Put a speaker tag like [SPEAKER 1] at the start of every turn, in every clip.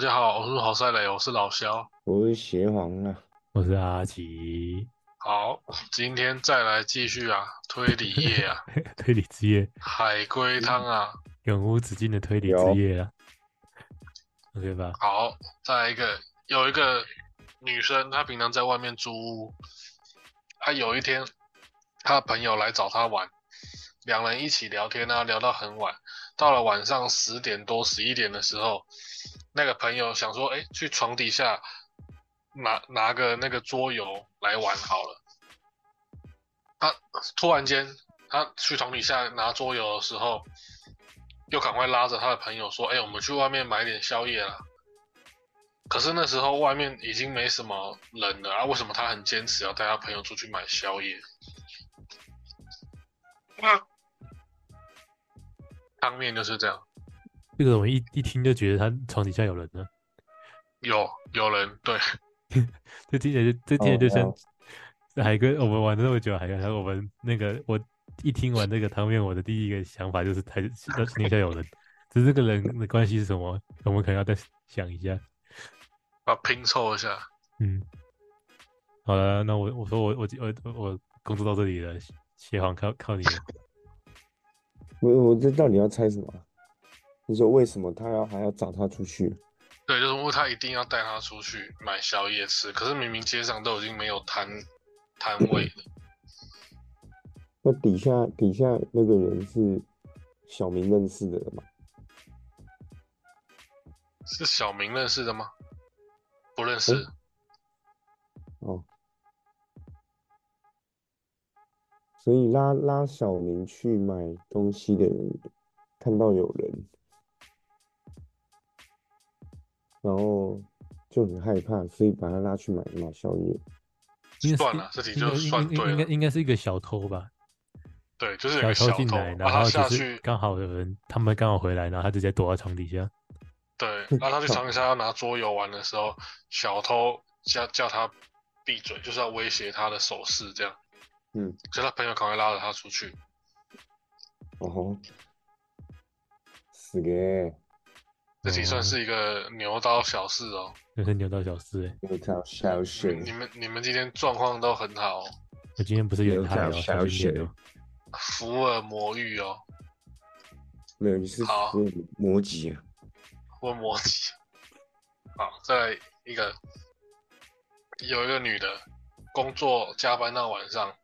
[SPEAKER 1] 家好，我是好赛雷，我是老肖。
[SPEAKER 2] 我是邪皇啊，
[SPEAKER 3] 我是阿奇，
[SPEAKER 1] 好，今天再来继续啊，推理业啊，
[SPEAKER 3] 推理之夜，
[SPEAKER 1] 海龟汤啊，
[SPEAKER 3] 永无止境的推理
[SPEAKER 2] 有
[SPEAKER 3] 之夜啊，OK 吧？
[SPEAKER 1] 好，再来一个，有一个女生，她平常在外面租屋，她有一天，她的朋友来找她玩，两人一起聊天啊，聊到很晚，到了晚上十点多、十一点的时候，那个朋友想说，哎，去床底下拿拿个那个桌游来玩好了。他突然间，他去床底下拿桌游的时候，又赶快拉着他的朋友说：“哎、我们去外面买点宵夜啊啦。”可是那时候外面已经没什么人了啊，为什么他很坚持要带他朋友出去买宵夜？那汤面就是这样，
[SPEAKER 3] 这个我一一听就觉得他床底下有人呢、
[SPEAKER 1] 有有人对，
[SPEAKER 3] 这听起来就这听起来就像
[SPEAKER 2] 哦
[SPEAKER 3] 海哥，我们玩了那么久，海哥，我们那个我一听完这个汤面，我的第一个想法就是他他床底下有人，只是这个人的关系是什么，我们可能要再想一下。
[SPEAKER 1] 把它拼凑一下。
[SPEAKER 3] 嗯，好了，那我我说我我我我工作到这里了，邪皇靠靠你了。
[SPEAKER 2] 我我这到底要猜什么啊？你说为什么他要还要找他出去？
[SPEAKER 1] 对，就是因为他一定要带他出去买宵夜吃，可是明明街上都已经没有摊摊位了，
[SPEAKER 2] 那底下底下那个人是小明认识的人嘛？
[SPEAKER 1] 是小明认识的吗？不认识，
[SPEAKER 2] 哦，所以拉拉小明去买东西的人看到有人，然后就很害怕，所以把他拉去买买宵夜。
[SPEAKER 3] 应该是
[SPEAKER 1] 算了，这题
[SPEAKER 3] 应该
[SPEAKER 1] 就算
[SPEAKER 3] 应该
[SPEAKER 1] 对
[SPEAKER 3] 应该
[SPEAKER 1] 了。
[SPEAKER 3] 应该是一个小偷吧？
[SPEAKER 1] 对，就是有个
[SPEAKER 3] 偷
[SPEAKER 1] 小
[SPEAKER 3] 进
[SPEAKER 1] 偷，
[SPEAKER 3] 来，
[SPEAKER 1] 然
[SPEAKER 3] 然
[SPEAKER 1] 后
[SPEAKER 3] 后
[SPEAKER 1] 他下
[SPEAKER 3] 就是
[SPEAKER 1] 去，
[SPEAKER 3] 刚好有人，他们刚好回来，然后他直接躲在床底下。
[SPEAKER 1] 对，然后他去床底下要拿桌游玩的时候，小偷叫叫他闭嘴，就是要威胁他的手势这样。
[SPEAKER 2] 嗯，
[SPEAKER 1] 所以他朋友赶快拉着他出去。
[SPEAKER 2] 哦吼，死给，
[SPEAKER 1] 这题算
[SPEAKER 3] 哦
[SPEAKER 1] 是一个牛刀小试哦。
[SPEAKER 3] 真是牛刀小试哎、
[SPEAKER 2] 我靠，小雪，
[SPEAKER 1] 你们你们今天状况都很好、哦，
[SPEAKER 3] 我今天不是有
[SPEAKER 2] 牛
[SPEAKER 3] 点嗨
[SPEAKER 2] 角
[SPEAKER 3] 哦，小
[SPEAKER 2] 小
[SPEAKER 3] 心点
[SPEAKER 2] 雪
[SPEAKER 3] 哦。
[SPEAKER 1] 福尔摩遇哦，
[SPEAKER 2] 没有，你是
[SPEAKER 1] 好
[SPEAKER 2] 福尔摩羯啊？
[SPEAKER 1] 问摩羯。好，再来啊一个，有一个女的，工作加班到晚上，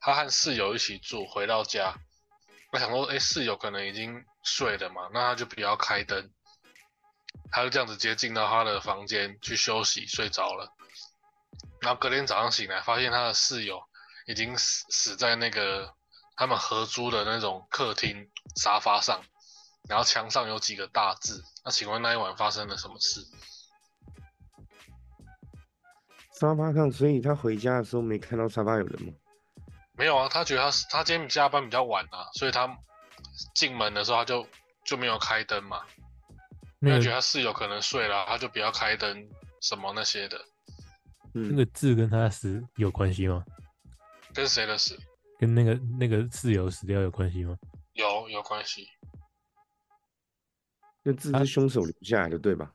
[SPEAKER 1] 她和室友一起住，回到家，我想说，哎、室友可能已经睡了嘛，那她就不要开灯，她就这样子直接进到她的房间去休息，睡着了。然后隔天早上醒来，发现她的室友已经死死在那个他们合租的那种客厅沙发上，然后墙上有几个大字。那请问那一晚发生了什么事？
[SPEAKER 2] 沙发上，所以他回家的时候没看到沙发有人吗？
[SPEAKER 1] 没有啊，他觉得他是他今天加班比较晚啊，所以他进门的时候他就就没有开灯嘛，因
[SPEAKER 3] 那
[SPEAKER 1] 为觉得
[SPEAKER 3] 个
[SPEAKER 1] 他室友可能睡了，他就不要开灯什么那些的，
[SPEAKER 3] 那
[SPEAKER 2] 嗯，
[SPEAKER 3] 个字跟他的死有关系吗？
[SPEAKER 1] 跟谁的事
[SPEAKER 3] 跟那个那个室友死掉有关系吗？
[SPEAKER 1] 有有关系？
[SPEAKER 2] 那字
[SPEAKER 3] 他
[SPEAKER 2] 是凶手留下来的，对吧？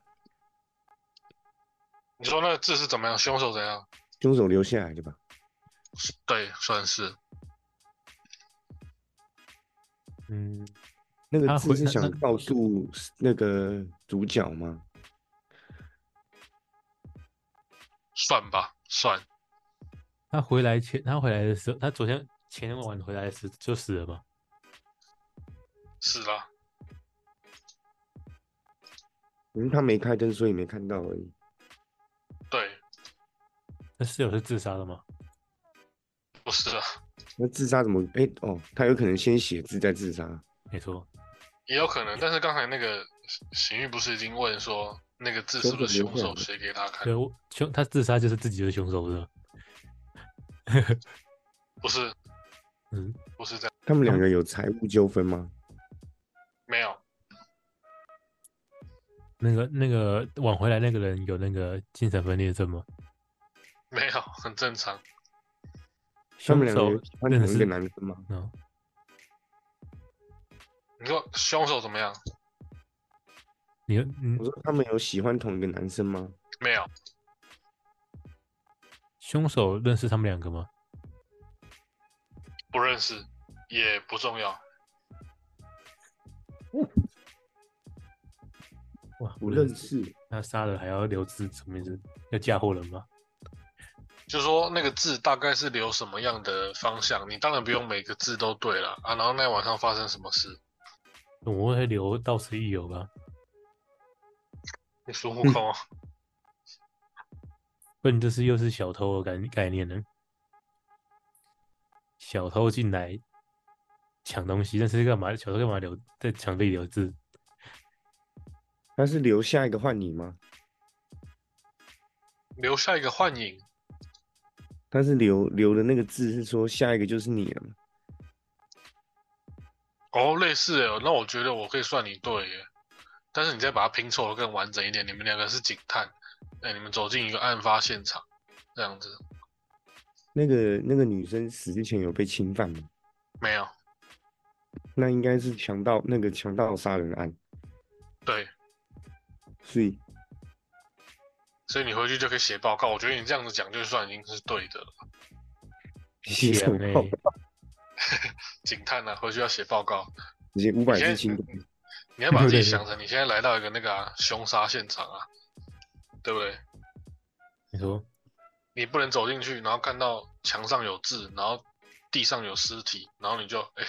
[SPEAKER 1] 你说那个字是怎么样？凶手怎样？
[SPEAKER 2] 凶手留下来的吧？
[SPEAKER 1] 对，算是
[SPEAKER 3] 嗯，
[SPEAKER 2] 那个
[SPEAKER 3] 他
[SPEAKER 2] 字
[SPEAKER 3] 回
[SPEAKER 2] 是
[SPEAKER 3] 那
[SPEAKER 2] 想
[SPEAKER 3] 那
[SPEAKER 2] 告诉那个主角吗？
[SPEAKER 1] 算吧，算。
[SPEAKER 3] 他回来前，他回来的时候，他昨天前晚回来的时候就死了嘛。
[SPEAKER 1] 是啦，
[SPEAKER 2] 因嗯为他没开灯，所以没看到而已。
[SPEAKER 1] 对，
[SPEAKER 3] 那室友是自杀的吗？
[SPEAKER 1] 不是啊，
[SPEAKER 2] 那自杀怎么？哎、哦，他有可能先写字再自杀。
[SPEAKER 3] 没错，
[SPEAKER 1] 哎也有可能。但是刚才那个邢玉不是已经问说那个字是不是
[SPEAKER 2] 凶手留
[SPEAKER 1] 凶
[SPEAKER 2] 下来
[SPEAKER 1] 手
[SPEAKER 2] 的
[SPEAKER 1] 写给他看
[SPEAKER 3] 对，？我凶他自杀就是自己就是凶手是吧？
[SPEAKER 1] 不是，
[SPEAKER 3] 嗯，
[SPEAKER 1] 不是这样，
[SPEAKER 2] 他们两个有财务纠纷吗？
[SPEAKER 1] 没有，
[SPEAKER 3] 那个那个晚回来那个人有那个精神分裂症吗？
[SPEAKER 1] 没有，很正常。
[SPEAKER 2] 他
[SPEAKER 3] 凶
[SPEAKER 2] 们两个
[SPEAKER 3] 手
[SPEAKER 2] 有喜欢
[SPEAKER 3] 认
[SPEAKER 2] 同一
[SPEAKER 3] 识
[SPEAKER 2] 个男生吗？
[SPEAKER 3] 嗯，
[SPEAKER 1] 你说凶手怎么样？
[SPEAKER 3] 你嗯
[SPEAKER 2] 我，说他们有喜欢同一个男生吗？
[SPEAKER 1] 没有，
[SPEAKER 3] 凶手认识他们两个吗？
[SPEAKER 1] 不认识，也不重要。
[SPEAKER 3] 哇，
[SPEAKER 2] 我认。识，
[SPEAKER 3] 那杀了还要留字，什么意思？要嫁祸人吗？
[SPEAKER 1] 就说那个字大概是留什么样的方向，你当然不用每个字都对了啊。然后那晚上发生什么事，
[SPEAKER 3] 我会留到此一游吧。
[SPEAKER 1] 你孙悟空啊，
[SPEAKER 3] 不然这是又是小偷的概概念呢。小偷进来抢东西，但是干嘛？小偷干嘛留在墙壁留 字？
[SPEAKER 2] 他是留下一个换你吗？
[SPEAKER 1] 留下一个幻影，
[SPEAKER 2] 他是留留的那个字是说下一个就是你了吗？
[SPEAKER 1] 哦，类似哦，那我觉得我可以算你对耶，但是你再把它拼凑的更完整一点，你们两个是警探，哎，你们走进一个案发现场，这样子
[SPEAKER 2] 那个那个女生死之前有被侵犯吗？
[SPEAKER 1] 没有？
[SPEAKER 2] 那应该是强盗那个强盗杀人案，
[SPEAKER 1] 对，
[SPEAKER 2] 所以
[SPEAKER 1] 所以你回去就可以写报告。我觉得你这样子讲就算已经是对的了。
[SPEAKER 2] 写什
[SPEAKER 3] 想
[SPEAKER 2] 么
[SPEAKER 3] 欸
[SPEAKER 2] 报告
[SPEAKER 1] 警探呢、回去要写报告，
[SPEAKER 2] 直接五百
[SPEAKER 1] 你
[SPEAKER 2] 字
[SPEAKER 1] 先
[SPEAKER 2] 清短，
[SPEAKER 1] 你要把自己
[SPEAKER 3] 对
[SPEAKER 1] 想成你现在来到一个那个、啊、凶杀现场啊，对不对？
[SPEAKER 3] 你说
[SPEAKER 1] 你不能走进去，然后看到墙上有字，然后地上有尸体，然后你就哎、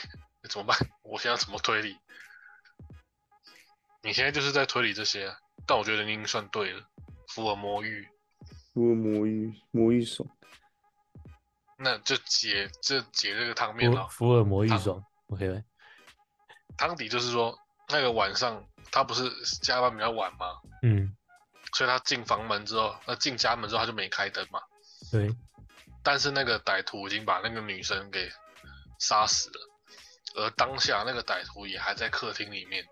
[SPEAKER 1] 怎么办？ 我现在怎么推理？你现在就是在推理这些啊、但我觉得你已经算对了。福尔摩遇，
[SPEAKER 2] 我魔芋魔芋爽，
[SPEAKER 1] 那就解这解这个汤面
[SPEAKER 3] 福
[SPEAKER 1] 了。
[SPEAKER 3] 福尔摩遇
[SPEAKER 1] 汤
[SPEAKER 3] 爽，OK 吧？
[SPEAKER 1] 汤底就是说，那个晚上他不是加班比较晚吗？
[SPEAKER 3] 嗯，
[SPEAKER 1] 所以他进房门之后，呃，进家门之后他就没开灯嘛。
[SPEAKER 3] 对，
[SPEAKER 1] 但是那个歹徒已经把那个女生给杀死了，而当下那个歹徒也还在客厅里面，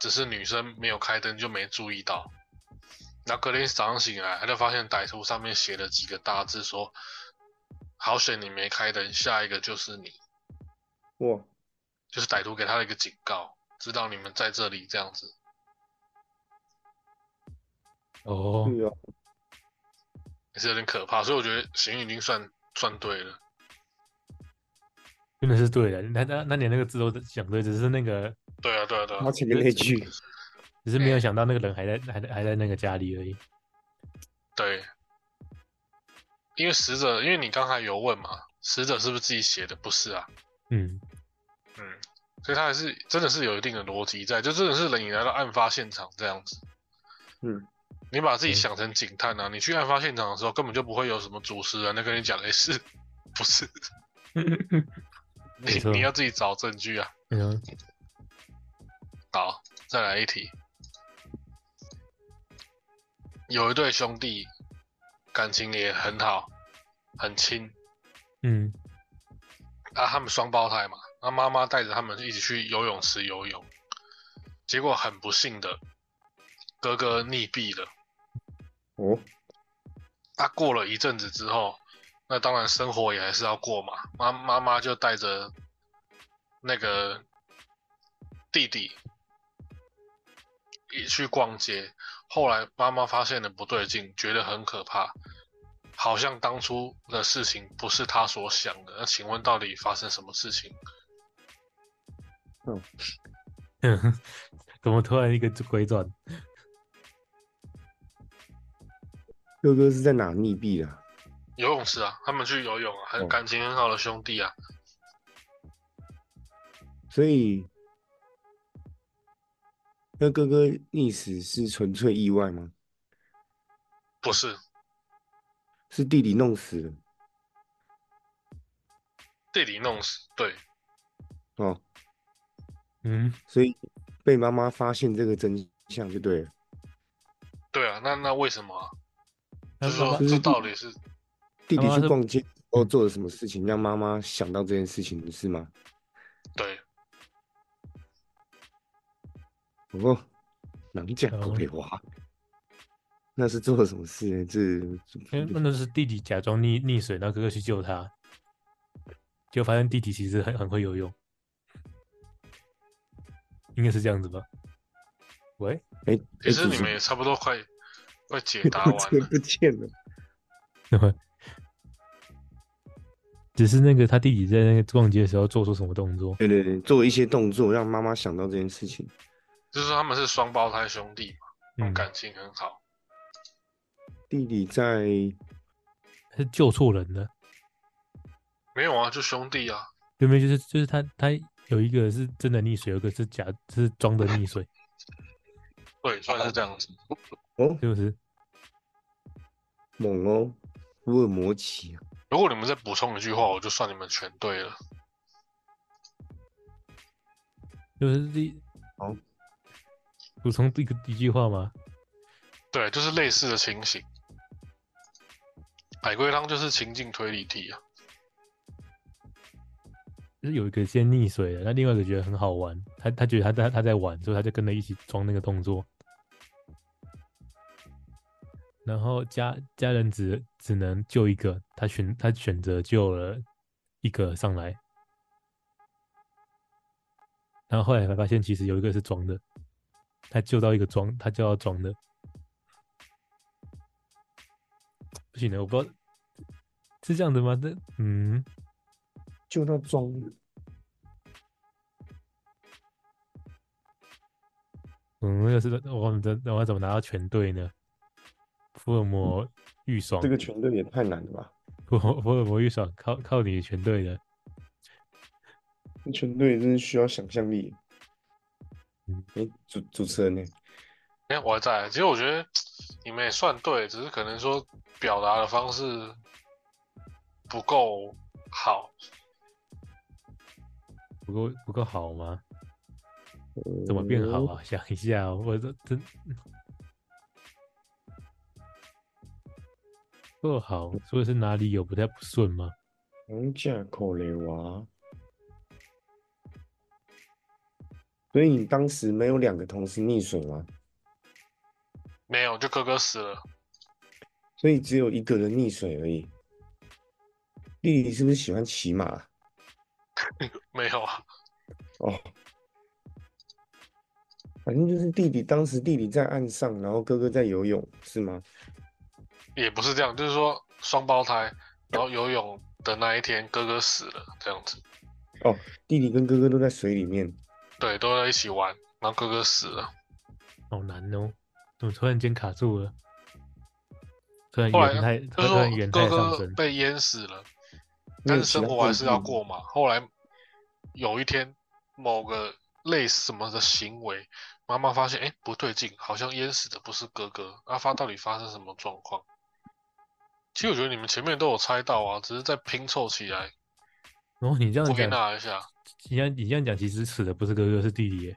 [SPEAKER 1] 只是女生没有开灯就没注意到。那格林早上醒来，他就发现歹徒上面写了几个大字，说：“好险你没开灯，下一个就是你。
[SPEAKER 3] 哦
[SPEAKER 2] 哇，”
[SPEAKER 1] 就是歹徒给他的一个警告，知道你们在这里这样子。
[SPEAKER 3] 哦，
[SPEAKER 2] 对啊，
[SPEAKER 1] 也是有点可怕，所以我觉得行已经算算对了。
[SPEAKER 3] 真的是对的。那那那连那个字都讲对，只是那个
[SPEAKER 1] 对啊，对啊，对啊
[SPEAKER 2] 他，前面那句
[SPEAKER 3] 只是没有
[SPEAKER 1] 哎
[SPEAKER 3] 想到那个人还在还在还在那个家里而已。
[SPEAKER 1] 对。因为死者，因为你刚才有问嘛，死者是不是自己写的？不是啊，
[SPEAKER 3] 嗯，
[SPEAKER 1] 嗯，所以他还是真的是有一定的逻辑在，就真的是你来到案发现场这样子，
[SPEAKER 2] 嗯，
[SPEAKER 1] 你把自己
[SPEAKER 3] 嗯
[SPEAKER 1] 想成警探啊，你去案发现场的时候根本就不会有什么主持人在跟你讲，哎、是不 是？
[SPEAKER 3] 没
[SPEAKER 1] 你
[SPEAKER 3] 错
[SPEAKER 1] 你要自己找证据啊。
[SPEAKER 3] 你说
[SPEAKER 1] 好，再来一题。有一对兄弟，感情也很好，很亲
[SPEAKER 3] 嗯
[SPEAKER 1] 啊。他们双胞胎嘛，那妈妈带着他们一起去游泳池游泳，结果很不幸的，哥哥溺毙了。
[SPEAKER 2] 哦，
[SPEAKER 1] 啊，过了一阵子之后，那当然生活也还是要过嘛。妈妈妈就带着那个弟弟也去逛街。后来妈妈发现了不对劲，觉得很可怕，好像当初的事情不是他所想的。那请问到底发生什么事情？
[SPEAKER 3] 嗯，怎么突然一个鬼转？
[SPEAKER 2] 哥哥是在哪溺毙的？啊
[SPEAKER 1] 游泳池啊，他们去游泳啊，很
[SPEAKER 2] 哦
[SPEAKER 1] 感情很好的兄弟啊。
[SPEAKER 2] 所以那哥哥溺死是纯粹意外吗？
[SPEAKER 1] 不是，
[SPEAKER 2] 是弟弟弄死的
[SPEAKER 1] 弟弟弄死，对，
[SPEAKER 2] 哦，
[SPEAKER 3] 嗯，
[SPEAKER 2] 所以被妈妈发现这个真相就对了。
[SPEAKER 1] 对啊，那那为什么啊、
[SPEAKER 3] 那
[SPEAKER 1] 就是说
[SPEAKER 3] 爸爸
[SPEAKER 2] 就
[SPEAKER 1] 这
[SPEAKER 2] 是
[SPEAKER 1] 到底是
[SPEAKER 2] 弟
[SPEAKER 3] 他
[SPEAKER 2] 弟
[SPEAKER 3] 妈
[SPEAKER 2] 去
[SPEAKER 3] 是
[SPEAKER 2] 逛街后做了什么事情，让妈妈想到这件事情是吗？
[SPEAKER 1] 对？
[SPEAKER 2] 哦，能讲
[SPEAKER 3] 哦
[SPEAKER 2] 鬼话？啊那是做了什么事呢？这
[SPEAKER 3] 因为那时候是弟弟假装溺溺水，然后哥哥去救他，就发现弟弟其实很很会游泳，应该是这样子吧？喂，
[SPEAKER 2] 哎，
[SPEAKER 1] 其实
[SPEAKER 2] 哎
[SPEAKER 1] 你们也差不多快快解答完
[SPEAKER 2] 这
[SPEAKER 1] 了。
[SPEAKER 2] 不见了，
[SPEAKER 3] 只是那个他弟弟在那个逛街的时候做出什么动作？
[SPEAKER 2] 对对对，做一些动作让妈妈想到这件事情。
[SPEAKER 1] 就是他们是双胞胎兄弟嘛，然后
[SPEAKER 3] 嗯，
[SPEAKER 1] 感情很好。
[SPEAKER 2] 弟弟在
[SPEAKER 3] 他是救错人了。
[SPEAKER 1] 没有啊，就兄弟啊。
[SPEAKER 3] 对没有？就是就是他他有一个是真的溺水，有一个是假是装的溺水，
[SPEAKER 1] 对，算是这样子。
[SPEAKER 2] 哦，
[SPEAKER 3] 是不是？
[SPEAKER 2] 猛哦，福尔摩奇啊，
[SPEAKER 1] 如果你们再补充一句话，我就算你们全对了。
[SPEAKER 3] 就是第
[SPEAKER 2] 好
[SPEAKER 3] 补充一个一句话嘛，
[SPEAKER 1] 对，就是类似的情形。海龟汤就是情境推理题啊。
[SPEAKER 3] 就是有一个先溺水了，那另外一个觉得很好玩，他他觉得他在他在玩，所以他就跟着一起装那个动作。然后家家人只只能救一个，他选他选择救了一个上来，然后后来才发现其实有一个是装的，他救到一个装，他就要装的，不行的，我不知道是这样的吗？这嗯，
[SPEAKER 2] 就那装
[SPEAKER 3] 嗯，那个是我们怎我要怎么拿到全队呢？福尔摩遇爽，
[SPEAKER 2] 这个全队也太难了吧？
[SPEAKER 3] 福尔福尔摩遇爽靠靠你全队的，
[SPEAKER 2] 这全队真是需要想象力。
[SPEAKER 3] 嗯
[SPEAKER 2] 哎，主主持人呢？
[SPEAKER 1] 哎、我还在。其实我觉得你们也算对，只是可能说表达的方式不够好。
[SPEAKER 3] 不够不够好吗？怎么变好
[SPEAKER 2] 嗯？
[SPEAKER 3] 啊？想一下哦，我这真不够好，说的是哪里有不太不顺吗？
[SPEAKER 2] 皇家口雷娃。所以你当时没有两个同时溺水吗？
[SPEAKER 1] 没有，就哥哥死了。
[SPEAKER 2] 所以只有一个人溺水而已。弟弟是不是喜欢骑马啊？
[SPEAKER 1] 没有啊，
[SPEAKER 2] 哦，反正就是弟弟当时弟弟在岸上，然后哥哥在游泳，是吗？
[SPEAKER 1] 也不是这样，就是说双胞胎，然后游泳的那一天哥哥死了，这样子。
[SPEAKER 2] 弟弟跟哥哥都在水里面，
[SPEAKER 1] 对，都在一起玩，然后哥哥死了。
[SPEAKER 3] 好难哦，怎么突然间卡住了？突然
[SPEAKER 1] 后来
[SPEAKER 3] 元太，突
[SPEAKER 1] 就是
[SPEAKER 3] 然元
[SPEAKER 1] 说
[SPEAKER 3] 太
[SPEAKER 1] 哥
[SPEAKER 3] 上
[SPEAKER 1] 哥
[SPEAKER 3] 升，
[SPEAKER 1] 被淹死了，
[SPEAKER 2] 没
[SPEAKER 1] 但
[SPEAKER 2] 有
[SPEAKER 1] 是
[SPEAKER 2] 其
[SPEAKER 1] 生
[SPEAKER 2] 他
[SPEAKER 1] 活还是要
[SPEAKER 2] 动物
[SPEAKER 1] 过嘛。后来有一天，某个类似什么的行为，妈妈发现，哎，不对劲，好像淹死的不是哥哥，阿发到底发生什么状况？其实我觉得你们前面都有猜到啊，只是在拼凑起来
[SPEAKER 3] 然后哦你这样
[SPEAKER 1] 归
[SPEAKER 3] 讲，
[SPEAKER 1] 纳一下。
[SPEAKER 3] 你这样你这样讲，其实死的不是哥哥，是弟弟耶。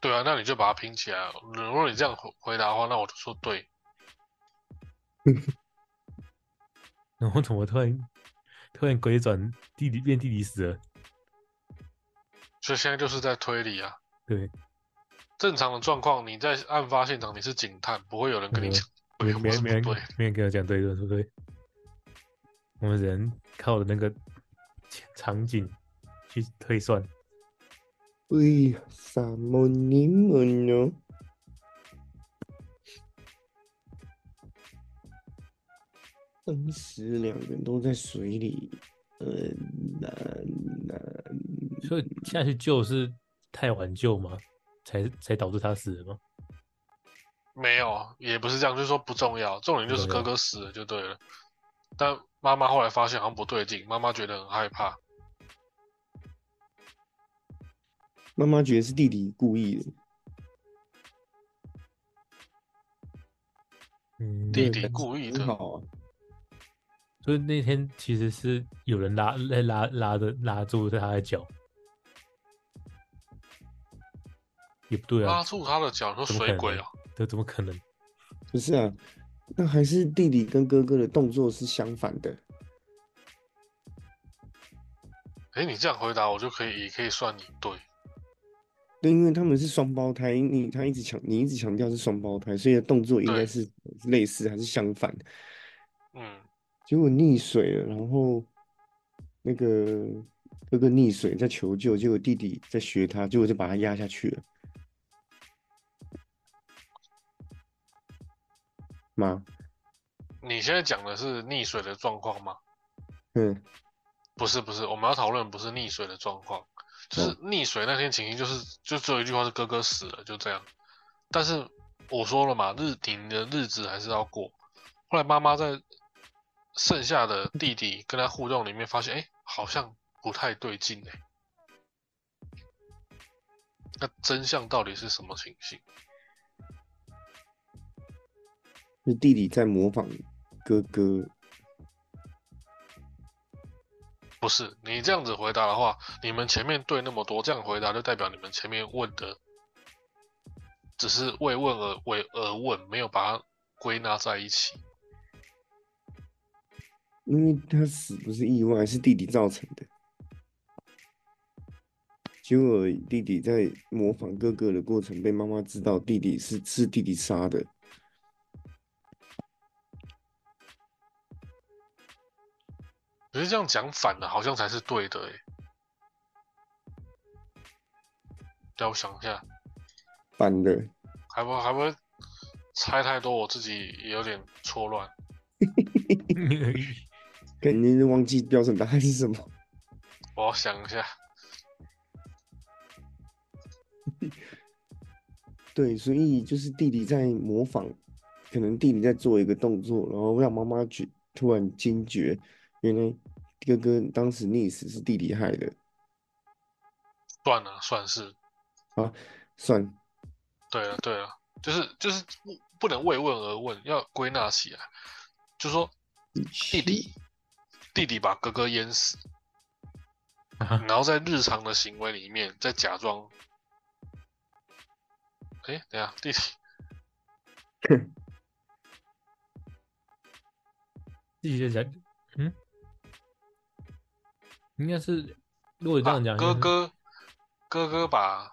[SPEAKER 1] 对啊，那你就把它拼起来。如果你这样回回答的话，那我就说对。
[SPEAKER 3] 然后怎么突然突然鬼转弟弟变弟弟死了？
[SPEAKER 1] 所以现在就是在推理啊。
[SPEAKER 3] 对，
[SPEAKER 1] 正常的状况，你在案发现场你是警探，不会有人跟你
[SPEAKER 3] 嗯
[SPEAKER 1] 讲
[SPEAKER 3] 没
[SPEAKER 1] 对
[SPEAKER 3] 没
[SPEAKER 1] 或是不
[SPEAKER 3] 人没人
[SPEAKER 1] 对。
[SPEAKER 3] 没人跟我讲对对对对，我们只能靠着那个场景去推算。
[SPEAKER 2] 哎呀，什么你们哦呢？当时两个人都在水里，呃，难难，
[SPEAKER 3] 所以下去救是太晚救吗？才才导致他死的吗？
[SPEAKER 1] 没有，也不是这样，就是说不重要，重点就是
[SPEAKER 3] 不重
[SPEAKER 1] 哥
[SPEAKER 3] 要
[SPEAKER 1] 哥死了就对了。但妈妈后来发现好像不对劲，妈妈觉得很害怕。
[SPEAKER 2] 妈妈觉得是弟弟故意的，
[SPEAKER 3] 嗯，
[SPEAKER 1] 弟
[SPEAKER 2] 对
[SPEAKER 1] 弟
[SPEAKER 2] 感情
[SPEAKER 1] 故意
[SPEAKER 2] 很
[SPEAKER 1] 的
[SPEAKER 2] 好啊，
[SPEAKER 3] 所以那天其实是有人拉拉拉拉的拉住他的脚，也不对啊
[SPEAKER 1] 拉，住他的脚，说
[SPEAKER 3] 怎么可
[SPEAKER 1] 水
[SPEAKER 3] 能
[SPEAKER 1] 鬼啊，
[SPEAKER 3] 这怎么可能？
[SPEAKER 2] 不是啊，那还是弟弟跟哥哥的动作是相反的，
[SPEAKER 1] 诶，你这样回答我就可以，也可以算你对。
[SPEAKER 2] 对，因为他们是双胞胎，你他一直强，你一直强调是双胞胎，所以动作应该
[SPEAKER 1] 对
[SPEAKER 2] 是是类似还是相反的。
[SPEAKER 1] 嗯，
[SPEAKER 2] 结果溺水了，然后那个哥哥溺水在求救，结果弟弟在学他，结果就把他压下去了。妈，
[SPEAKER 1] 你现在讲的是溺水的状况吗？
[SPEAKER 2] 嗯，
[SPEAKER 1] 不是不是，我们要讨论不是溺水的状况，就是溺水那天情形，就是就只有一句话是哥哥死了，就这样。但是我说了嘛，日你的日子还是要过。后来妈妈在剩下的弟弟跟他互动里面发现，哎、好像不太对劲哎、那真相到底是什么情形？
[SPEAKER 2] 是弟弟在模仿哥哥，
[SPEAKER 1] 不是你这样子回答的话，你们前面对那么多，这样回答就代表你们前面问的只是为问而为而问，没有把它归纳在一起。
[SPEAKER 2] 因为他死不是意外，是弟弟造成的。结果弟弟在模仿哥哥的过程被妈妈知道，弟弟是是弟弟杀的。
[SPEAKER 1] 可是这样讲反了，好像才是对的哎、让我想一下，
[SPEAKER 2] 反的，
[SPEAKER 1] 还不还不会猜太多，我自己也有点错乱。
[SPEAKER 2] 肯定是忘记标准答案是什么。
[SPEAKER 1] 我要想一下，
[SPEAKER 2] 对，所以就是弟弟在模仿，可能弟弟在做一个动作，然后让妈妈觉突然惊觉，原来哥哥当时溺死是弟弟害的。
[SPEAKER 1] 算了，算是
[SPEAKER 2] 算，
[SPEAKER 1] 对了，对了，就是就是不不能为问而问，要归纳起来，就说弟弟，弟弟把哥哥淹死，
[SPEAKER 3] 啊
[SPEAKER 1] 然后在日常的行为里面再假装，哎，等一下，弟弟，
[SPEAKER 3] 弟弟在讲，嗯，应该是如果这样讲，
[SPEAKER 1] 啊哥哥，哥哥把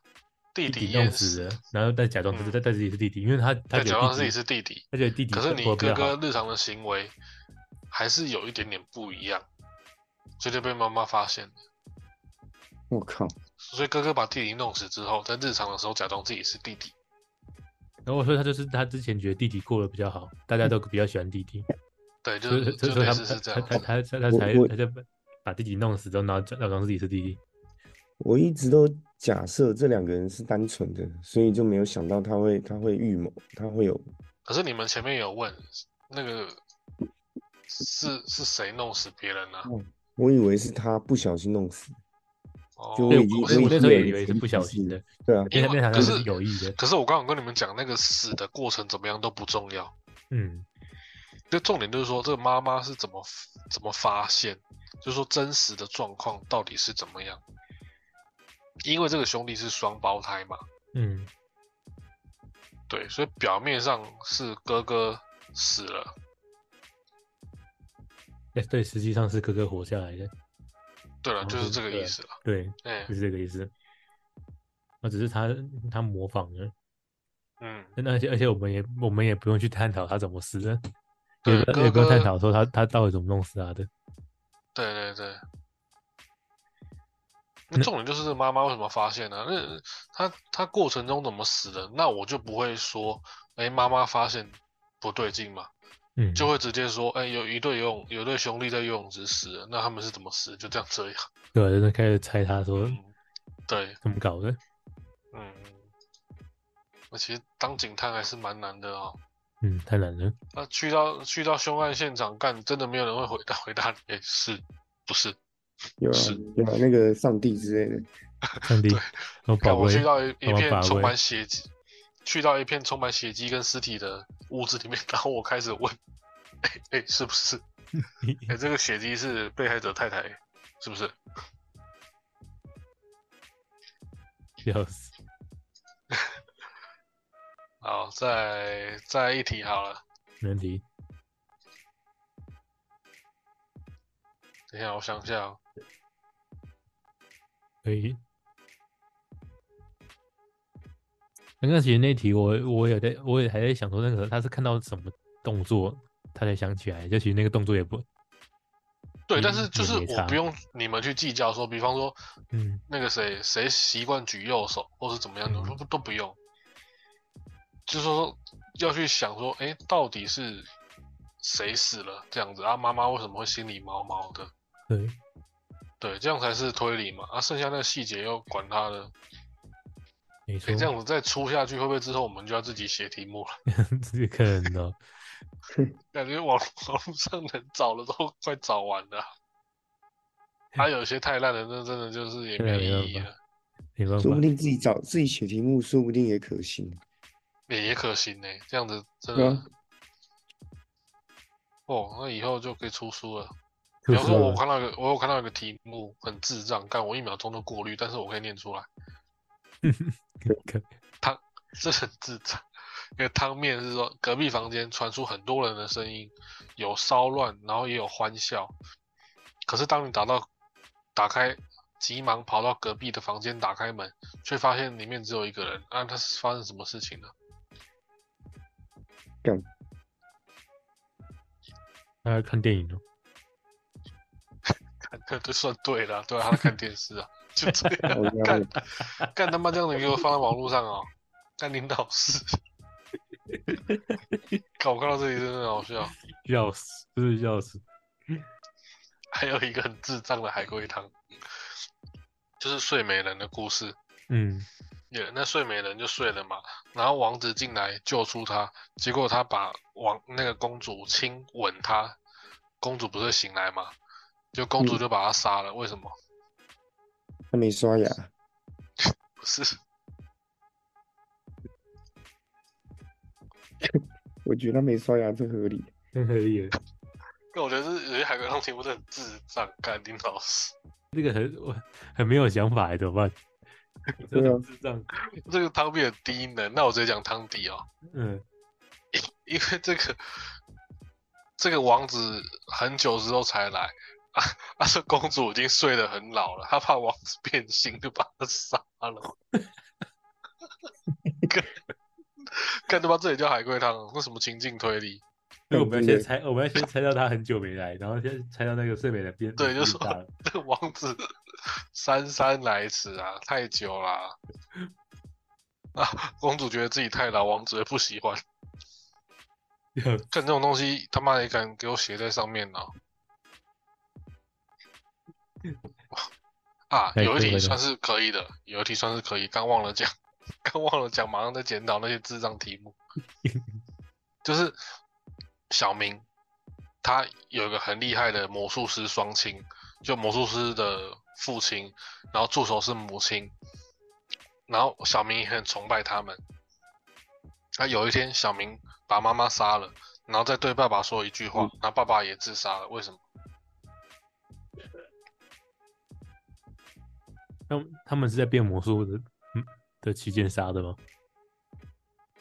[SPEAKER 1] 弟
[SPEAKER 3] 弟
[SPEAKER 1] 弟
[SPEAKER 3] 弄
[SPEAKER 1] 淹
[SPEAKER 3] 死了，然后再假装自己
[SPEAKER 1] 嗯
[SPEAKER 3] 在自己是弟弟，因为他他
[SPEAKER 1] 再
[SPEAKER 3] 觉
[SPEAKER 1] 假
[SPEAKER 3] 得
[SPEAKER 1] 装
[SPEAKER 3] 弟
[SPEAKER 1] 自己
[SPEAKER 3] 弟
[SPEAKER 1] 是弟弟，
[SPEAKER 3] 他觉得弟弟
[SPEAKER 1] 可是你
[SPEAKER 3] 活得比
[SPEAKER 1] 哥
[SPEAKER 3] 较
[SPEAKER 1] 哥
[SPEAKER 3] 好
[SPEAKER 1] 日常的行为还是有一点点不一样，所以就被妈妈发现了。
[SPEAKER 2] 我靠，
[SPEAKER 1] 所以哥哥把弟弟弄死之后，在日常的时候假装自己是弟弟，
[SPEAKER 3] 然后所以他就是他之前觉得弟弟过得比较好，大家都比较喜欢弟弟，
[SPEAKER 1] 对，就
[SPEAKER 3] 所以
[SPEAKER 1] 是就
[SPEAKER 3] 所以所以
[SPEAKER 1] 类
[SPEAKER 3] 他
[SPEAKER 1] 似是这
[SPEAKER 3] 他
[SPEAKER 1] 样
[SPEAKER 3] 他
[SPEAKER 1] 子。
[SPEAKER 3] 他他他
[SPEAKER 2] 我
[SPEAKER 3] 才
[SPEAKER 2] 我
[SPEAKER 3] 他就把把弟弟弄死之后，然后假假装自己是弟弟，
[SPEAKER 2] 我一直都假设这两个人是单纯的，所以就没有想到他会他会预谋，他会有
[SPEAKER 1] 可是你们前面有问那个是是谁弄死别人呢、啊？
[SPEAKER 2] 我以为是他不小心弄死，
[SPEAKER 1] 哦，
[SPEAKER 2] 就
[SPEAKER 3] 对，
[SPEAKER 2] 已经
[SPEAKER 3] 我我
[SPEAKER 2] 我
[SPEAKER 3] 那
[SPEAKER 2] 已
[SPEAKER 3] 时
[SPEAKER 2] 经
[SPEAKER 3] 候
[SPEAKER 2] 有
[SPEAKER 3] 也
[SPEAKER 2] 一
[SPEAKER 3] 以为
[SPEAKER 2] 层
[SPEAKER 3] 是不小
[SPEAKER 2] 意识
[SPEAKER 3] 心的，
[SPEAKER 2] 对啊，
[SPEAKER 3] 因为
[SPEAKER 1] 因为
[SPEAKER 3] 那场
[SPEAKER 1] 可
[SPEAKER 3] 就是
[SPEAKER 1] 是
[SPEAKER 3] 有意的，
[SPEAKER 1] 可是我刚刚跟你们讲那个死的过程怎么样都不重要，
[SPEAKER 3] 嗯，
[SPEAKER 1] 就重点就是说这个妈妈是怎么怎么发现，就是说真实的状况到底是怎么样。因为这个兄弟是双胞胎嘛，
[SPEAKER 3] 嗯，
[SPEAKER 1] 对，所以表面上是哥哥死了，
[SPEAKER 3] 哎对，实际上是哥哥活下来的，
[SPEAKER 1] 对了，
[SPEAKER 3] 哦
[SPEAKER 1] 就是
[SPEAKER 3] 对
[SPEAKER 1] 这个
[SPEAKER 3] 对
[SPEAKER 1] 意思了。
[SPEAKER 3] 对，
[SPEAKER 1] 哎、
[SPEAKER 3] 就是这个意思。那只是他他模仿了，
[SPEAKER 1] 嗯，
[SPEAKER 3] 那而且而且我们也我们也不用去探讨他怎么死的，
[SPEAKER 1] 对啊
[SPEAKER 3] 也不
[SPEAKER 1] 哥
[SPEAKER 3] 也不用探
[SPEAKER 1] 哥
[SPEAKER 3] 讨说他他到底怎么弄死他的。
[SPEAKER 1] 对对对。那重点就是这妈妈为什么发现呢、那她她过程中怎么死的？那我就不会说，哎、妈妈发现不对劲嘛，
[SPEAKER 3] 嗯，
[SPEAKER 1] 就会直接说，哎、有一对游泳，有一对兄弟在游泳池死了，那他们是怎么死的？就这样这样。
[SPEAKER 3] 对，啊就是开始猜他说
[SPEAKER 1] 嗯，对，
[SPEAKER 3] 怎么搞的。
[SPEAKER 1] 嗯。那其实当警探还是蛮难的哦。
[SPEAKER 3] 嗯，太难了。
[SPEAKER 1] 那去到去到凶案现场干，真的没有人会回答 回答你，哎、是不是？
[SPEAKER 2] 有啊
[SPEAKER 1] 是
[SPEAKER 2] 有啊那个上帝之类的，
[SPEAKER 3] 上帝
[SPEAKER 1] 对，
[SPEAKER 3] 我
[SPEAKER 1] 看
[SPEAKER 3] 宝
[SPEAKER 1] 我
[SPEAKER 3] 贝
[SPEAKER 1] 去，到一一
[SPEAKER 3] 干嘛
[SPEAKER 1] 片
[SPEAKER 3] 把
[SPEAKER 1] 充
[SPEAKER 3] 位
[SPEAKER 1] 满血迹，去到一片充满血迹跟尸体的屋子里面， 然后我开始问，哎、哎、是不是？哎、这个血迹是被害者太太，是不是？
[SPEAKER 3] 笑死。
[SPEAKER 1] 好，再再一题好了，
[SPEAKER 3] 没问题，
[SPEAKER 1] 等一下我想一下哦、
[SPEAKER 3] 可以。刚刚其实哎那题我我有在，我也还在想说那个他是看到什么动作，他才想起来。就其实那个动作也不
[SPEAKER 1] 对，
[SPEAKER 3] 嗯
[SPEAKER 1] 但是就
[SPEAKER 3] 也
[SPEAKER 1] 是
[SPEAKER 3] 没
[SPEAKER 1] 我
[SPEAKER 3] 差
[SPEAKER 1] 不用你们去计较说，比方说
[SPEAKER 3] 嗯，
[SPEAKER 1] 那个谁谁习惯举右手，或是怎么样的，
[SPEAKER 3] 嗯
[SPEAKER 1] 都都不用。就是说要去想说，哎、到底是谁死了这样子啊？妈妈为什么会心里毛毛的？
[SPEAKER 3] 对，
[SPEAKER 1] 对，这样才是推理嘛。啊，剩下那个细节又管他的。
[SPEAKER 3] 没
[SPEAKER 1] 哎、
[SPEAKER 3] 错，
[SPEAKER 1] 这样子再出下去，会不会之后我们就要自己写题目了？
[SPEAKER 3] 这可能哦。
[SPEAKER 1] 感觉网网络上能找的都快找完了啊。他、有些太烂的，那真的就是也
[SPEAKER 3] 对啊
[SPEAKER 1] 没
[SPEAKER 3] 没办
[SPEAKER 1] 意义
[SPEAKER 3] 法
[SPEAKER 1] 了，
[SPEAKER 3] 没 办法
[SPEAKER 2] 说不，定自己找自己写题目，说不定也可行。
[SPEAKER 1] 也也可行呢、这样子真
[SPEAKER 2] 对
[SPEAKER 1] 的，
[SPEAKER 2] 啊
[SPEAKER 1] 哦，那以后就可以出书了。
[SPEAKER 3] 就
[SPEAKER 1] 比方
[SPEAKER 3] 是
[SPEAKER 1] 说，我看到一个，我有看到一个题目很智障，干我一秒钟都过滤，但是我可以念出来，
[SPEAKER 3] 可
[SPEAKER 1] 这很智障。因为汤面是说，隔壁房间传出很多人的声音，有骚乱，然后也有欢笑。可是当你打到打开，急忙跑到隔壁的房间打开门，却发现里面只有一个人。啊，他是发生什么事情了？
[SPEAKER 3] 他要看电影哦。
[SPEAKER 1] 看， 这算对了，对啊，他在看电视啊，就这样。
[SPEAKER 2] 我
[SPEAKER 1] 干
[SPEAKER 2] 压力
[SPEAKER 1] 干他妈这样的给我放在网络上哦，干领导室。 看我看到这里真的很好笑。
[SPEAKER 3] 要死，真是要死！
[SPEAKER 1] 还有一个很智障的海龟汤，就是睡美人的故事。
[SPEAKER 3] 嗯，
[SPEAKER 1] 也、那睡美人就睡了嘛，然后王子进来救出她，结果他把王那个公主亲吻她，公主不是醒来嘛，就公主就把她杀了。为什么？
[SPEAKER 2] 他没刷牙，
[SPEAKER 1] 不是，
[SPEAKER 2] 我觉得他没刷牙最合理。
[SPEAKER 3] 真可以。
[SPEAKER 1] 那我觉得是有些海龟汤题目真的很智障，干林老师。
[SPEAKER 3] 这个很我很没有想法欸，怎么办？
[SPEAKER 2] 对啊
[SPEAKER 3] 这很智障。
[SPEAKER 1] 这个汤面很低能，那我直接讲汤底哦，
[SPEAKER 3] 嗯，
[SPEAKER 1] 因为这个这个王子很久之后才来啊，啊，这公主已经睡得很老了，他怕王子变心，就把他杀了。 干干他妈这也叫海龟汤？那什么情境推理？
[SPEAKER 3] 所以我们要先
[SPEAKER 2] 对
[SPEAKER 3] 猜，我们要先猜到他很久没来，然后先猜到那个睡美人变
[SPEAKER 1] 对就说
[SPEAKER 3] 变 大了
[SPEAKER 1] 这个王子姗姗来迟啊，太久啦、 啊。公主觉得自己太老，王子也不喜欢。干这种东西，他妈也敢给我写在上面呢、啊，
[SPEAKER 3] 哎
[SPEAKER 1] 有一
[SPEAKER 3] 对
[SPEAKER 1] 题
[SPEAKER 3] 对对
[SPEAKER 1] 算是可以的，有一题算是可以，刚忘了讲， 刚忘了讲，马上在检讨那些智障题目。就是小明，他有一个很厉害的魔术师双亲，就魔术师的父亲，然后助手是母亲，然后小明也很崇拜他们。他有一天，小明把妈妈杀了，然后再对爸爸说一句话，然后爸爸也自杀了。为什么？
[SPEAKER 3] 他们他们是在变魔术的嗯的期间杀的吗？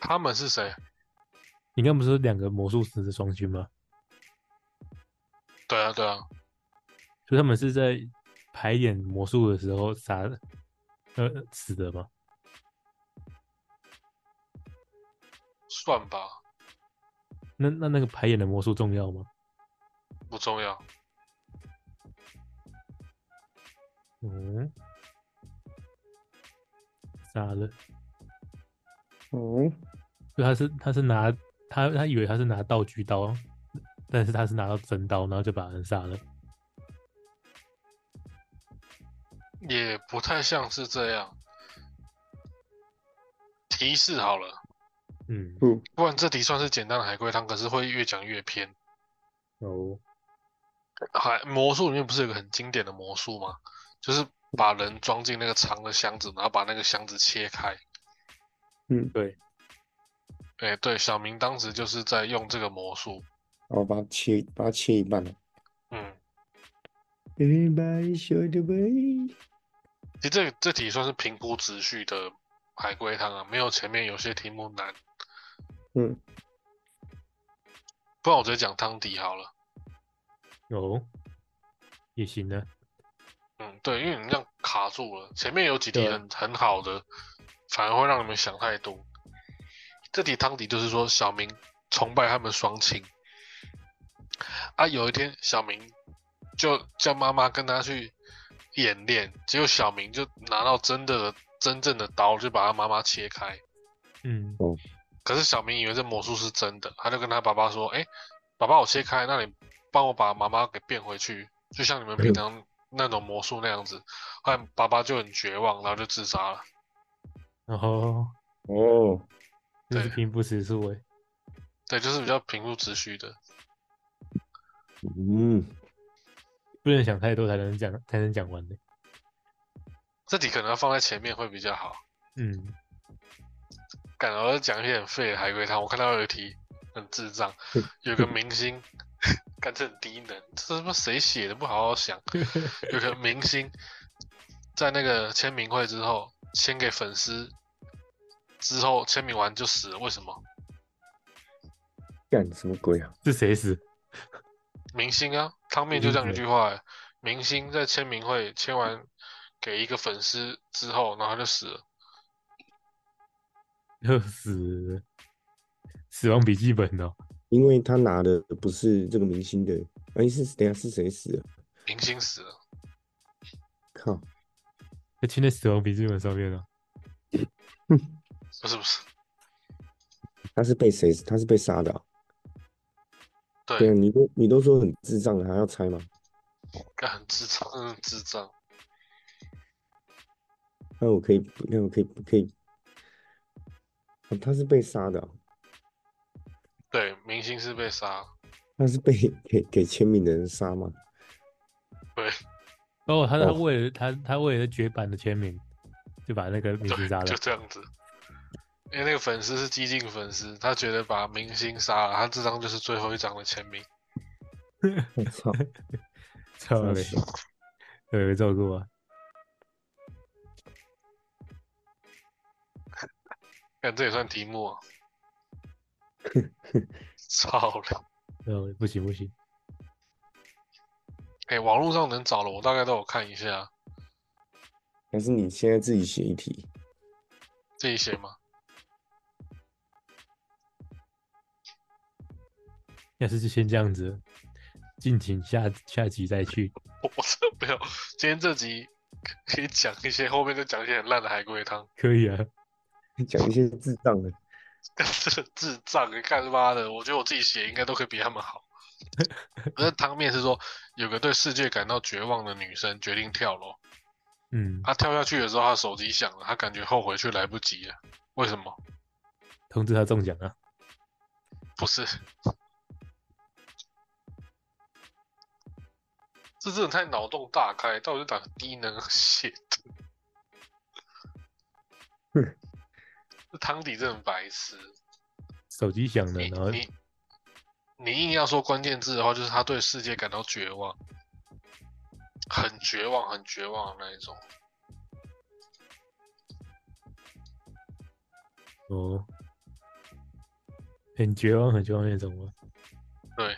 [SPEAKER 1] 他们是谁？
[SPEAKER 3] 你刚不是说两个魔术师是双亲吗？
[SPEAKER 1] 对啊，对啊，
[SPEAKER 3] 所以他们是在排演魔术的时候杀的，呃死的吗？
[SPEAKER 1] 算吧，
[SPEAKER 3] 那那那个排演的魔术重要吗？
[SPEAKER 1] 不重要。
[SPEAKER 3] 嗯，杀了。
[SPEAKER 2] 哦，
[SPEAKER 3] 就他是他是拿他他以为他是拿道具刀，但是他是拿到真刀，然后就把人杀了。
[SPEAKER 1] 也不太像是这样。提示好了，
[SPEAKER 3] 嗯，
[SPEAKER 2] 不，
[SPEAKER 1] 不然这题算是简单的海龟汤，可是会越讲越偏。
[SPEAKER 3] 哦，
[SPEAKER 1] 海魔术里面不是有个很经典的魔术吗？就是把人装进那个长的箱子，然后把那个箱子切开。
[SPEAKER 3] 对，
[SPEAKER 1] 哎、对，小明当时就是在用这个魔术。
[SPEAKER 2] 我把它切，把它切一半了。
[SPEAKER 1] 嗯，
[SPEAKER 2] Everybody show the way。
[SPEAKER 1] 其实这这题算是评估秩序的海龟汤啊，没有前面有些题目难。
[SPEAKER 2] 嗯，
[SPEAKER 1] 不然我直接讲汤底好了。
[SPEAKER 3] 哦，也行啊。
[SPEAKER 1] 嗯，对，因为你这样卡住了，前面有几题
[SPEAKER 2] 对啊
[SPEAKER 1] 很很好的，反而会让你们想太多。这题汤底就是说，小明崇拜他们双亲。啊，有一天，小明就叫妈妈跟他去演练，结果小明就拿到真的真正的刀，就把他妈妈切开。
[SPEAKER 3] 嗯，
[SPEAKER 1] 可是小明以为这魔术是真的，他就跟他爸爸说：“哎、爸爸，我切开，那你帮我把妈妈给变回去，就像你们平常那种魔术那样子。”后来爸爸就很绝望，然后就自杀了。
[SPEAKER 3] 然 后
[SPEAKER 2] 哦，
[SPEAKER 3] 这是
[SPEAKER 1] 对
[SPEAKER 3] 平步时速哎，
[SPEAKER 1] 对，就是比较平铺直叙的。
[SPEAKER 2] 嗯，
[SPEAKER 3] 不能想太多才能讲才能讲完欸的。
[SPEAKER 1] 这题可能要放在前面会比较好。
[SPEAKER 3] 嗯，
[SPEAKER 1] 感而讲一些很废的海龟汤，我看到有一题很智障，有个明星， 干这很低能，这他妈谁写的？不好好 想。有个明星在那个签名会之后签给粉丝，之后签名完就死了，为什么？
[SPEAKER 2] 干什么鬼啊？
[SPEAKER 3] 是谁死？
[SPEAKER 1] 明星啊，汤面就这样一句话、欸，明星在签名会签完给一个粉丝之后，然后他就死了。
[SPEAKER 3] 又死了？死亡笔记本哦，
[SPEAKER 2] 因为他拿的不是这个明星的，哎、是等一下是谁死了？
[SPEAKER 1] 明星死了，
[SPEAKER 2] 靠，
[SPEAKER 3] 在哎去那死亡笔记本上面哦。
[SPEAKER 1] 不是不是，
[SPEAKER 2] 他是被谁？他是被杀的啊、
[SPEAKER 1] 对，
[SPEAKER 2] 对啊，你都你都说很智障了，还要猜吗？
[SPEAKER 1] 干很智障，真的很智障。
[SPEAKER 2] 那我可以，那我可以，可以，哦他是被杀的啊、
[SPEAKER 1] 对，明星是被杀，
[SPEAKER 2] 他是被给给签名的人杀吗？
[SPEAKER 3] 哦，他他
[SPEAKER 2] 哦
[SPEAKER 3] 为了他他为了绝版的签名，就把那个明星
[SPEAKER 1] 对
[SPEAKER 3] 杀，了
[SPEAKER 1] 就。这样子。因为那个粉丝是激进粉丝，他觉得把明星杀了，他这张就是最后一张的签名。
[SPEAKER 2] 我操！
[SPEAKER 3] 操嘞！有人照顾啊？
[SPEAKER 1] 看这也算题目啊！操了！
[SPEAKER 3] 嗯，不行不行，
[SPEAKER 1] 哎、网络上能找的我大概都有看一下，
[SPEAKER 2] 还是你现在自己写一题？
[SPEAKER 1] 自己写吗？
[SPEAKER 3] 要是就先这样子，敬请下下集再去。
[SPEAKER 1] 我我真的没有。今天这集可以讲一些，后面就讲一些很烂的海龟汤，
[SPEAKER 3] 可以啊，
[SPEAKER 2] 讲一些智障的，
[SPEAKER 1] 但是智障，干他妈的！我觉得我自己写应该都可以比他们好。而汤面是说，有个对世界感到绝望的女生决定跳楼，
[SPEAKER 3] 嗯，
[SPEAKER 1] 他跳下去的时候，他手机响了，他感觉后悔却来不及了。为什么？
[SPEAKER 3] 通知他中奖啊。
[SPEAKER 1] 不是，这真的太脑洞大开，到底是打个低能写的？
[SPEAKER 2] 哼
[SPEAKER 1] 这汤底真的很白痴。
[SPEAKER 3] 手机响了，
[SPEAKER 1] 你
[SPEAKER 3] 然后
[SPEAKER 1] 你你硬要说关键字的话，就是他对世界感到绝望，很绝望，很绝望的那一种。
[SPEAKER 3] 哦，很绝望，很绝望那种哦吗？
[SPEAKER 1] 对，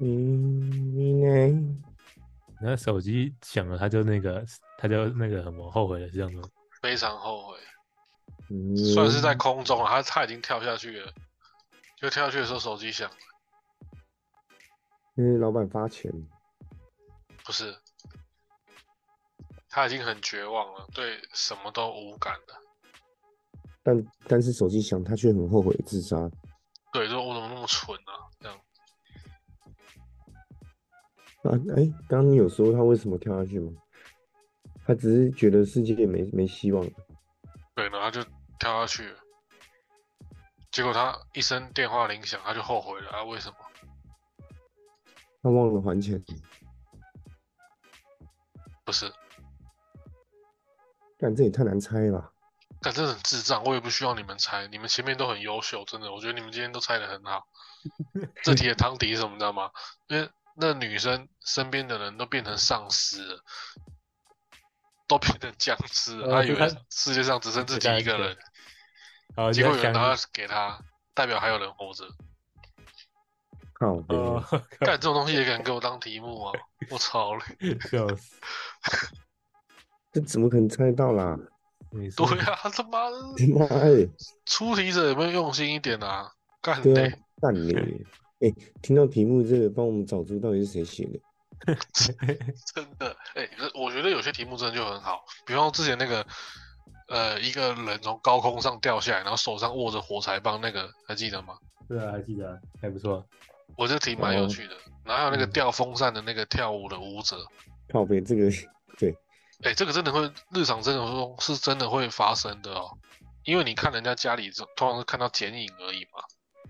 [SPEAKER 2] 嗯，应该
[SPEAKER 3] 然后手机响了，他就那个，他就那个什么后悔了，是这样吗？
[SPEAKER 1] 非常后悔。
[SPEAKER 2] 嗯，
[SPEAKER 1] 算是在空中了，啊他他已经跳下去了，就跳下去的时候手机响了，
[SPEAKER 2] 因为老板发钱，
[SPEAKER 1] 不是，他已经很绝望了，对什么都无感了，
[SPEAKER 2] 但但是手机响，他却很后悔自杀。
[SPEAKER 1] 对，说我怎么那么蠢啊，这样
[SPEAKER 2] 啊，哎，刚刚你有说他为什么跳下去吗？他只是觉得世界没没希望了。
[SPEAKER 1] 对，然后他就跳下去了，结果他一声电话铃响，他就后悔了啊，为什么？
[SPEAKER 2] 他忘了还钱，
[SPEAKER 1] 不是，
[SPEAKER 2] 但这也太难猜了吧。
[SPEAKER 1] 但真的很智障，我也不需要你们猜，你们前面都很优秀，真的，我觉得你们今天都猜的很好。这题的汤底是什么，你知道吗？因为那女生身边的人都变成丧尸了，都变成僵尸了，
[SPEAKER 3] 哦
[SPEAKER 1] 她
[SPEAKER 3] 就
[SPEAKER 1] 以
[SPEAKER 3] 她
[SPEAKER 1] 为世界上只剩自己一个人，
[SPEAKER 3] 然后
[SPEAKER 1] 结
[SPEAKER 3] 就
[SPEAKER 1] 果有人
[SPEAKER 3] 响
[SPEAKER 1] 拿给她，代表还有人活着。
[SPEAKER 2] 靠北，
[SPEAKER 3] 哦，
[SPEAKER 1] 干这种东西也敢给我当题目啊！我操嘞！
[SPEAKER 3] 笑死！
[SPEAKER 2] 这怎么可能猜得到啦？
[SPEAKER 3] 你说
[SPEAKER 1] 对啊，他妈的，
[SPEAKER 2] 妈的，
[SPEAKER 1] 出题者有没有用心一点啊？干
[SPEAKER 2] 对
[SPEAKER 1] 嘞、
[SPEAKER 2] 啊，干你！听到题目这个，帮我们找出到底是谁写的。
[SPEAKER 1] 真的，哎、可是我觉得有些题目真的就很好，比方说之前那个，呃，一个人从高空上掉下来，然后手上握着火柴棒，那个还记得吗？
[SPEAKER 3] 对啊，还记得啊，还不错。
[SPEAKER 1] 我觉得挺蛮有
[SPEAKER 2] 哦
[SPEAKER 1] 趣的。然后还有那个
[SPEAKER 3] 嗯
[SPEAKER 1] 吊风扇的那个跳舞的舞者，
[SPEAKER 2] 靠北，这个
[SPEAKER 1] 哎、这个真的会日常生活中是真的会发生的哦，因为你看人家家里这通常是看到剪影而已嘛。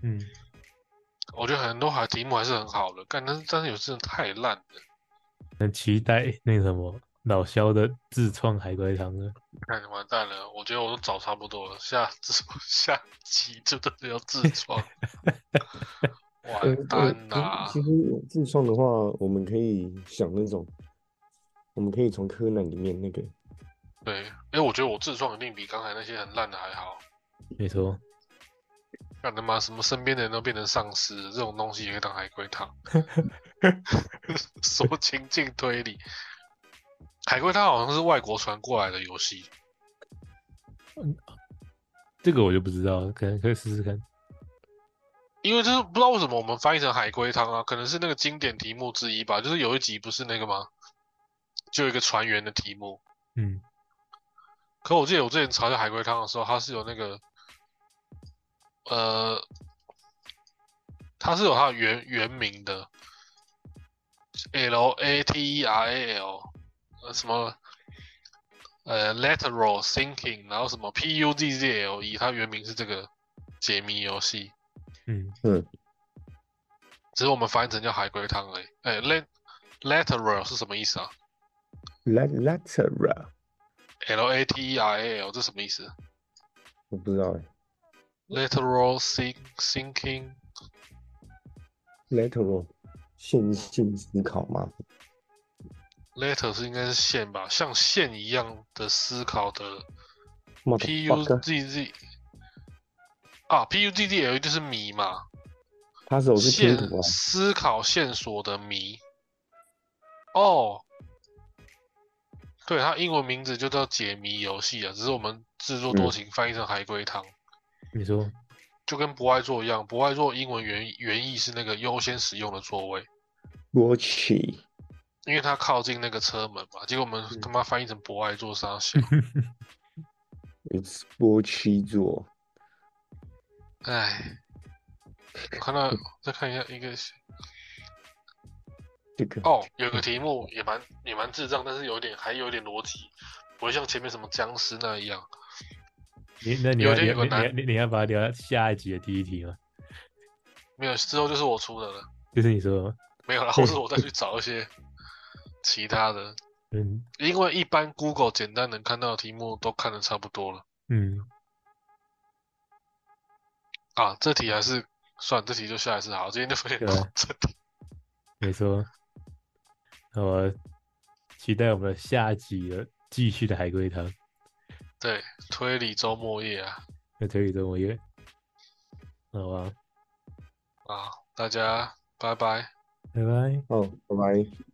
[SPEAKER 3] 嗯，
[SPEAKER 1] 我觉得很多还题目还是很好的，但但是但是有些真的太烂了。
[SPEAKER 3] 很期待那个什么老肖的自创海龟汤了。
[SPEAKER 1] 看完蛋了，我觉得我都找差不多了，下 下集就真的要自创，
[SPEAKER 2] 呃
[SPEAKER 1] 完
[SPEAKER 2] 呃
[SPEAKER 1] 蛋啦！
[SPEAKER 2] 其实其实我自创的话，我们可以想那种，我们可以从柯南里面那个，
[SPEAKER 1] 对，哎，我觉得我自创一定比刚才那些很烂的还好。
[SPEAKER 3] 没错，
[SPEAKER 1] 干他妈什么身边的人都变成丧尸，这种东西也可以当海龟汤。什么情境推理？海龟汤好像是外国传过来的游戏，
[SPEAKER 3] 这个我就不知道，可能可以试试看。
[SPEAKER 1] 因为就是不知道为什么我们翻译成海龟汤啊，可能是那个经典题目之一吧。就是有一集不是那个吗？就有一个船员的题目，
[SPEAKER 3] 嗯，
[SPEAKER 1] 可我记得我之前查一下海龟汤的时候，它是有那个，呃，它是有它的原原名的，L A T E R A L，呃什么，呃，lateral thinking，然后什么 P U Z Z L E，它原名是这个解谜游戏，
[SPEAKER 3] 嗯，
[SPEAKER 1] 只是我们翻译成叫海龟汤而已。哎，lat lateral 是什么意思啊
[SPEAKER 2] La Latera，
[SPEAKER 1] ？L A T E R A L 这什么意思
[SPEAKER 2] 我不知道哎
[SPEAKER 1] ？lateral think thinking。
[SPEAKER 2] ，Latera 线性思考嘛，
[SPEAKER 1] letter 是应该是线吧，像线一样的思考的 P U
[SPEAKER 2] motherfucker，
[SPEAKER 1] Z Z 啊，P U Z Z L 就是谜嘛，
[SPEAKER 2] 他手是拼
[SPEAKER 1] 线
[SPEAKER 2] 图啊，
[SPEAKER 1] 思考线索的谜。哦，对，它英文名字就叫解谜游戏啊，只是我们自作多情翻译成海龟汤，
[SPEAKER 3] 你说，
[SPEAKER 1] 就跟不爱做一样，不爱做英文原原意是那个优先使用的座位。
[SPEAKER 2] 罗奇，
[SPEAKER 1] 因为它靠近那个车门嘛，结果我们
[SPEAKER 3] 嗯
[SPEAKER 1] 他妈翻译成博爱座沙小，
[SPEAKER 2] It's 波奇座，
[SPEAKER 1] 唉，我看到再看一下一个
[SPEAKER 2] 这个
[SPEAKER 1] 哦，有个题目也蛮也蛮智障，但是有点还有点逻辑，不会像前面什么僵尸那一样。
[SPEAKER 3] 你那你
[SPEAKER 1] 有
[SPEAKER 3] 要
[SPEAKER 1] 点
[SPEAKER 3] 你
[SPEAKER 1] 有
[SPEAKER 3] 要你要
[SPEAKER 1] 难
[SPEAKER 3] 你要你要把它留到下一集的第一题吗？
[SPEAKER 1] 没有之后就是我出的了，
[SPEAKER 3] 就是你说的，
[SPEAKER 1] 没 有了，或是我再去找一些其他的，
[SPEAKER 3] 嗯
[SPEAKER 1] 因为一般 Google 简单能看到的题目都看的差不多了
[SPEAKER 3] 嗯，
[SPEAKER 1] 啊。这题还是算这题就下一次好，今天就分享
[SPEAKER 3] 对
[SPEAKER 1] 到
[SPEAKER 3] 啊
[SPEAKER 1] 这里。
[SPEAKER 3] 没错。那我期待我们的下一集的继续的海龟汤，
[SPEAKER 1] 对， 推理周末夜啊
[SPEAKER 3] 那推理中我也，好吧，
[SPEAKER 1] 啊，大家拜拜。
[SPEAKER 3] 拜拜。
[SPEAKER 2] 哦，拜拜。